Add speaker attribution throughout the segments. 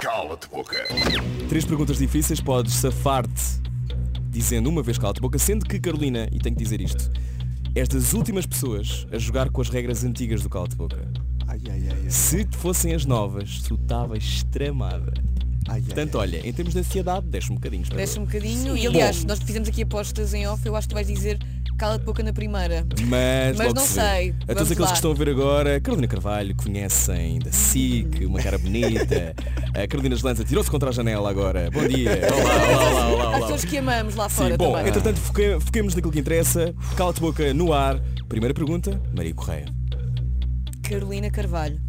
Speaker 1: Cala-te boca.
Speaker 2: Três perguntas difíceis, podes safar-te dizendo uma vez cala-te boca, sendo que Carolina, e tenho que dizer isto, és das últimas pessoas a jogar com as regras antigas do cala-te boca.
Speaker 3: Ai, ai, ai, ai.
Speaker 2: Se te fossem as novas, tu estavas tramada.
Speaker 3: ai, ai,
Speaker 2: Portanto, olha, em termos de ansiedade, desce um bocadinho. espera.
Speaker 4: Desce um bocadinho.
Speaker 5: Sim.
Speaker 4: E aliás, nós fizemos aqui apostas em off. Eu acho que tu vais dizer cala-te boca na primeira.
Speaker 2: Mas,
Speaker 4: Mas
Speaker 2: logo
Speaker 4: não
Speaker 2: se vê.
Speaker 4: sei.
Speaker 2: A
Speaker 4: Vamos
Speaker 2: todos aqueles
Speaker 4: lá.
Speaker 2: que estão a ver agora, Carolina Carvalho, conhecem da SIC, uma cara bonita. A Carolina Gelanza tirou-se contra a janela agora. Bom dia. Olá, olá, olá, olá,
Speaker 4: Há
Speaker 2: olá.
Speaker 4: pessoas que amamos lá fora
Speaker 2: Sim, bom,
Speaker 4: também. é?
Speaker 2: entretanto, foque- foquemos naquilo que interessa. Cala-te boca no ar. Primeira pergunta, Maria Correia.
Speaker 4: Carolina Carvalho.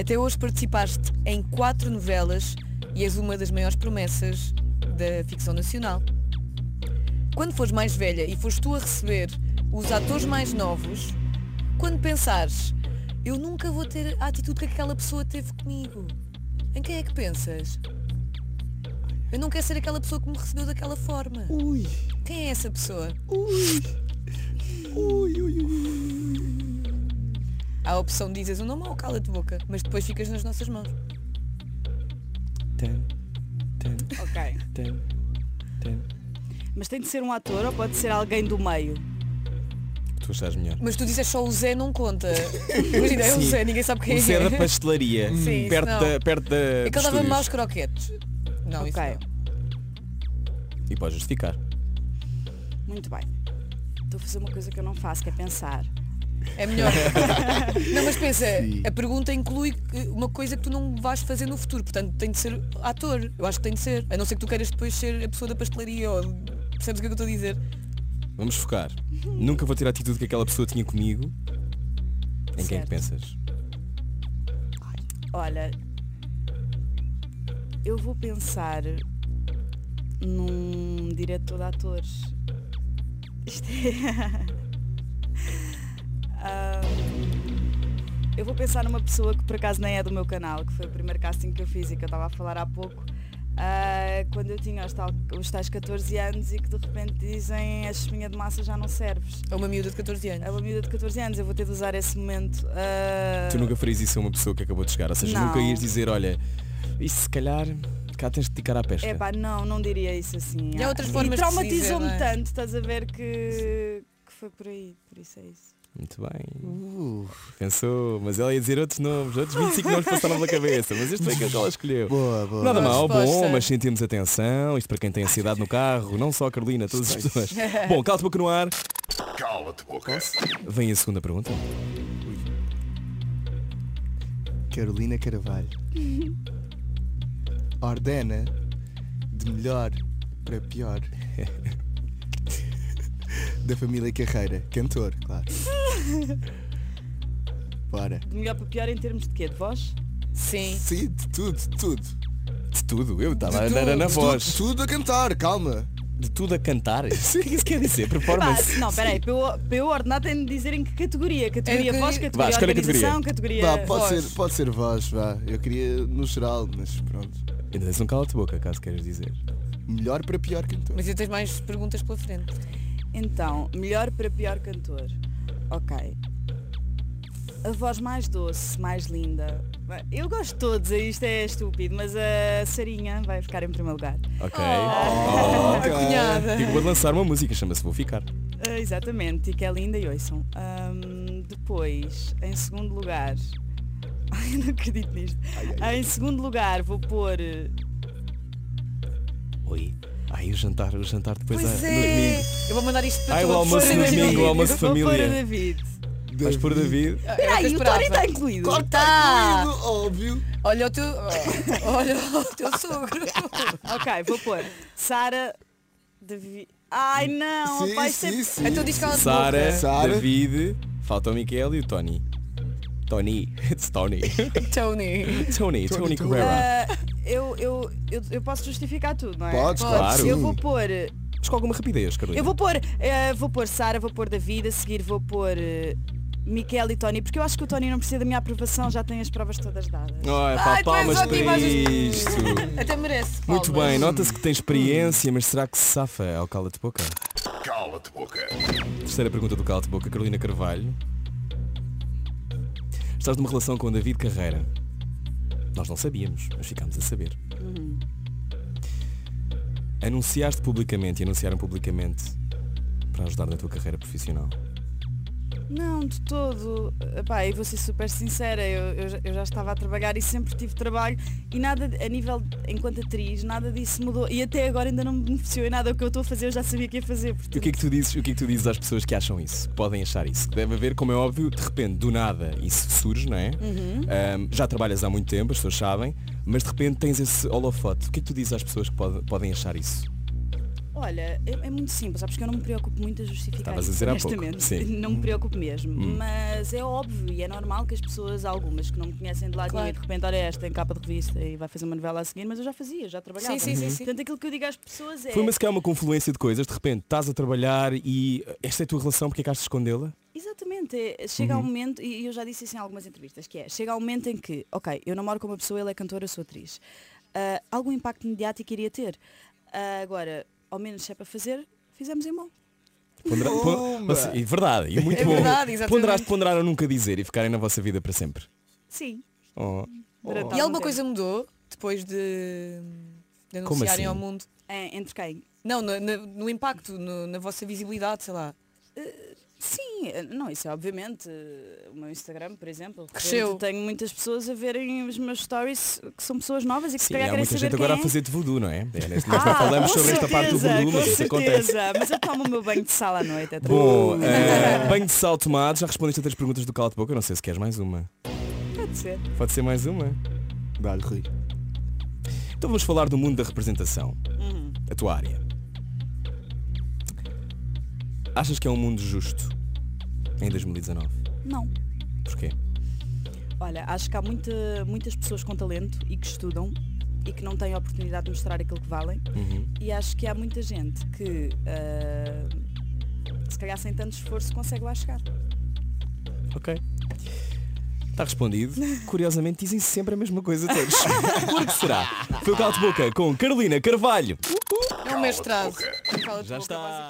Speaker 4: Até hoje participaste em quatro novelas e és uma das maiores promessas da ficção nacional. Quando fores mais velha e fores tu a receber os atores mais novos, quando pensares, eu nunca vou ter a atitude que aquela pessoa teve comigo, em quem é que pensas? Eu não quero ser aquela pessoa que me recebeu daquela forma.
Speaker 3: Ui,
Speaker 4: Quem é essa pessoa?
Speaker 3: ui, ui, ui.
Speaker 4: Há a opção de dizes o nome ou cala-te boca, mas depois ficas nas nossas mãos.
Speaker 5: Ok. Mas tem de ser um ator ou pode ser alguém do meio?
Speaker 2: Tu estás melhor.
Speaker 4: Mas tu dizes só o Zé não conta. Imagina, é o
Speaker 2: Sim.
Speaker 4: Zé, ninguém sabe quem
Speaker 2: O Zé
Speaker 4: é.
Speaker 2: Um da pastelaria.
Speaker 4: Sim,
Speaker 2: perto
Speaker 4: isso não.
Speaker 2: da. Perto da
Speaker 4: É
Speaker 2: dos
Speaker 4: que ele dava
Speaker 2: estúdios.
Speaker 4: maus croquetes. Não, isso
Speaker 5: Ok.
Speaker 4: não.
Speaker 2: E pode justificar.
Speaker 5: Muito bem. Estou a fazer uma coisa que eu não faço, que é pensar.
Speaker 4: É melhor. não, mas pensa, a pergunta inclui eh, uma coisa que tu não vais fazer no futuro. Portanto, tem de ser ator. Eu acho que tem de ser. A não ser que tu queiras depois ser a pessoa da pastelaria ou... Percebes o que é que eu estou a dizer?
Speaker 2: Vamos focar. Nunca vou ter a atitude que aquela pessoa tinha comigo. Em quem é que
Speaker 5: Certo.
Speaker 2: pensas?
Speaker 5: Olha, eu vou pensar num diretor de atores. Isto é- Ahm, eu vou pensar numa pessoa que por acaso nem é do meu canal, que foi o primeiro casting que eu fiz e que eu estava a falar há pouco. ah, quando eu tinha os, tal, os tais 14 anos e que de repente dizem a espinha de massa já não serves.
Speaker 4: É uma miúda de 14 anos.
Speaker 5: É uma miúda de 14 anos, eu vou ter de usar esse momento. ah,
Speaker 2: Tu nunca farias isso a uma pessoa que acabou de chegar. Ou seja, nunca
Speaker 5: Não.
Speaker 2: ias dizer, olha, isso se calhar cá tens de ticar à pesca.
Speaker 5: É pá, não, não diria isso assim.
Speaker 4: E há outras
Speaker 5: Ah,
Speaker 4: formas de
Speaker 5: E
Speaker 4: se
Speaker 5: traumatizou-me
Speaker 4: dizer, não é?
Speaker 5: tanto, estás a ver que, que foi por aí, por isso é isso.
Speaker 2: Muito bem. Pensou, mas ela ia dizer outros nomes, outros 25 nomes passaram pela cabeça, mas este foi aquele que ela escolheu.
Speaker 3: Boa, boa.
Speaker 2: Nada
Speaker 4: Boa
Speaker 2: mal,
Speaker 4: resposta.
Speaker 2: bom, mas sentimos atenção, isto para quem tem ansiedade no carro, não só a Carolina, todas as pessoas. Bom, cala-te boca no ar,
Speaker 1: Cala-te boca.
Speaker 2: vem a segunda pergunta.
Speaker 3: Carolina Carvalho. Ordena de melhor para pior. da família Carreira. Cantor, claro. Bora.
Speaker 5: De melhor para pior em termos de quê? De voz?
Speaker 4: Sim.
Speaker 3: Sim, de tudo, de tudo. De
Speaker 2: De tudo, eu estava a andar na
Speaker 3: tudo, de
Speaker 2: voz.
Speaker 3: tudo a cantar, calma.
Speaker 2: De tudo a cantar? O que é que isso quer dizer?
Speaker 5: Pá,
Speaker 2: Performance?
Speaker 5: não, peraí, para eu, para eu ordenar tem de dizer em que categoria. Categoria
Speaker 4: que-
Speaker 5: voz,
Speaker 4: Vá,
Speaker 5: categoria
Speaker 2: escolhe a
Speaker 5: organização, categoria.
Speaker 3: Vá, pode
Speaker 4: voz.
Speaker 3: ser, pode ser voz, vá. Eu queria no geral, mas pronto.
Speaker 2: Ainda tens um cala-te boca, caso queiras dizer.
Speaker 3: Melhor para pior cantor.
Speaker 4: Mas eu tenho mais perguntas pela frente.
Speaker 5: Então, melhor para pior cantor. Ok. A voz mais doce, mais linda. Bem, Eu gosto de todos, isto é estúpido, mas a Sarinha vai ficar em primeiro lugar.
Speaker 2: Ok.
Speaker 4: Oh.
Speaker 3: Ok.
Speaker 4: Ah, Cunhada.
Speaker 2: Digo, vou lançar uma música, chama-se Vou Ficar.
Speaker 5: Ah, exatamente, e que é linda e ouçam. Ahm, depois, em segundo lugar. Ai, eu não acredito nisto. Ah, em segundo lugar vou pôr. eh,
Speaker 2: Oi. Ai, o jantar, o jantar depois
Speaker 4: Pois
Speaker 2: a-
Speaker 4: é.
Speaker 2: no domingo.
Speaker 4: Eu vou mandar isto para
Speaker 2: Ai, o
Speaker 4: todos.
Speaker 2: almoço
Speaker 5: pôr a
Speaker 2: no
Speaker 5: David.
Speaker 2: domingo, o almoço de
Speaker 5: vou pôr a
Speaker 2: família.
Speaker 5: David.
Speaker 2: Vais pôr David.
Speaker 4: Era Ah, é o que eu
Speaker 5: Peraí, o
Speaker 4: esperava.
Speaker 5: Tony está incluído.
Speaker 3: Claro que
Speaker 4: Tá.
Speaker 3: tá incluído, óbvio.
Speaker 4: Olha o teu. Olha o teu sogro.
Speaker 5: Ok, vou pôr. Sara David. Ai não,
Speaker 3: Sim,
Speaker 5: rapaz,
Speaker 3: sim,
Speaker 5: sempre-
Speaker 3: sim.
Speaker 4: Então diz cala-te
Speaker 2: Sara,
Speaker 4: boca.
Speaker 3: Sara.
Speaker 2: David, falta o Miquel e o Tony. Tony. It's Tony.
Speaker 4: um Tony.
Speaker 2: Tony, Tony
Speaker 3: Tony, Tony.
Speaker 2: Carrera.
Speaker 5: Ah, eu, eu, eu, eu posso justificar tudo, não é?
Speaker 3: Podes, claro.
Speaker 5: Eu vou pôr. eh,
Speaker 2: Mas com alguma rapidez, Carolina.
Speaker 5: Eu vou pôr, eh, vou pôr Sara, vou pôr David, a seguir vou pôr eh, Miquel e Tony, porque eu acho que o Tony não precisa da minha aprovação, já tem as provas todas dadas.
Speaker 2: Ai, pá,
Speaker 4: Ai, tu és
Speaker 2: palmas
Speaker 4: ótimo,
Speaker 2: para
Speaker 4: mas-
Speaker 2: isto.
Speaker 4: Até merece.
Speaker 2: Muito
Speaker 4: palmas.
Speaker 2: bem, é nota-se que tem experiência, mas será que se safa ao cala-te boca?
Speaker 1: Cala-te boca.
Speaker 2: Terceira pergunta do Cala-te Boca, Carolina Carvalho. Estás numa relação com o David Carreira. Nós não sabíamos, mas ficámos a saber. Anunciaste publicamente e anunciaram publicamente para ajudar na tua carreira profissional.
Speaker 5: Não, de todo. Epá, eu vou ser super sincera, eu, eu já- eu já estava a trabalhar e sempre tive trabalho e nada, de- a nível, de- enquanto atriz, nada disso mudou e até agora ainda não me beneficiou em nada o que eu estou a fazer, eu já sabia que ia fazer. Portanto,
Speaker 2: E o que é que tu dizes, o que é que tu dizes às pessoas que acham isso, que podem achar isso? Que deve haver, como é óbvio, de repente, do nada, isso surge, não é? Ahm, já trabalhas há muito tempo, as pessoas sabem, mas de repente tens esse holofote. O que é que tu dizes às pessoas que pode- podem achar isso?
Speaker 5: Olha, é, é muito simples, sabes que eu não me preocupo muito a justificar
Speaker 2: Estavas a
Speaker 5: isso,
Speaker 2: dizer há pouco,
Speaker 5: honestamente.
Speaker 2: sim. Hum.
Speaker 5: Não me preocupo mesmo. Mas é óbvio e é normal que as pessoas, algumas que não me conhecem de lado nenhum, e de repente, olha esta em capa de revista e vai fazer uma novela a seguir, mas eu já fazia, já trabalhava.
Speaker 4: Sim, sim, sim, Uhum. sim.
Speaker 5: Portanto, aquilo que eu digo às pessoas é.
Speaker 2: Foi uma, se calhar, uma confluência de coisas, de repente estás a trabalhar e eh, esta é a tua relação, porque é que has de escondê-la?
Speaker 5: Exatamente, é- chega
Speaker 2: Uhum.
Speaker 5: um momento, e eu já disse isso em algumas entrevistas, que é, chega um momento em que, ok, eu namoro com uma pessoa, ele é cantor, eu sou atriz. Ah, algum impacto mediático iria ter. Ah, agora, ao menos se é para fazer, fizemos em bom.
Speaker 2: Pondera- pon-
Speaker 3: Pumba!
Speaker 2: Assim, é verdade, e muito
Speaker 4: É
Speaker 2: bom.
Speaker 4: verdade, exatamente.
Speaker 2: Ponderaste, ponderaram nunca dizer e ficarem na vossa vida para sempre.
Speaker 5: Sim.
Speaker 2: Oh.
Speaker 5: durante
Speaker 4: E
Speaker 5: algum
Speaker 4: alguma
Speaker 5: tempo.
Speaker 4: coisa mudou depois de, de
Speaker 2: Como assim?
Speaker 4: anunciarem ao mundo?
Speaker 5: É, entre quem?
Speaker 4: Não, na- na- no impacto, no- na vossa visibilidade, sei lá.
Speaker 5: Sim, eh, não, isso é obviamente. eh, O meu Instagram, por exemplo, de repente
Speaker 4: Cresceu.
Speaker 5: Tenho muitas pessoas a verem os meus stories que são pessoas novas e que se
Speaker 2: Sim,
Speaker 5: calhar
Speaker 2: há
Speaker 5: querem
Speaker 2: muita
Speaker 5: saber
Speaker 2: gente
Speaker 5: quem
Speaker 2: agora
Speaker 5: é.
Speaker 2: a fazer de voodoo, não é? É, Nós
Speaker 5: Ah,
Speaker 2: não falamos
Speaker 5: com
Speaker 2: sobre esta parte do
Speaker 5: certeza,
Speaker 2: voodoo, mas
Speaker 5: com
Speaker 2: isso acontece.
Speaker 5: certeza. Mas eu tomo o meu banho de sala à noite. é
Speaker 2: Bom,
Speaker 5: tranquilo.
Speaker 2: eh, banho de sal tomado, já respondeste a três perguntas do cala de boca, eu não sei se queres mais uma.
Speaker 5: Pode ser.
Speaker 2: Pode ser mais uma.
Speaker 3: Dá-lhe, Rui.
Speaker 2: Então vamos falar do mundo da representação. A tua área. Achas que é um mundo justo em 2019?
Speaker 5: Não.
Speaker 2: Porquê?
Speaker 5: Olha, acho que há muita- muitas pessoas com talento e que estudam e que não têm a oportunidade de mostrar aquilo que valem.
Speaker 2: Uhum.
Speaker 5: E acho que há muita gente que, eh, se calhar sem tanto esforço, consegue lá chegar.
Speaker 2: Ok. Está respondido. Curiosamente dizem sempre a mesma coisa a todos. Por que será? Foi o Cala de Boca com Carolina Carvalho.
Speaker 4: É um mestrado.
Speaker 1: boca.
Speaker 4: Cala-te
Speaker 2: Já
Speaker 4: boca,
Speaker 2: está.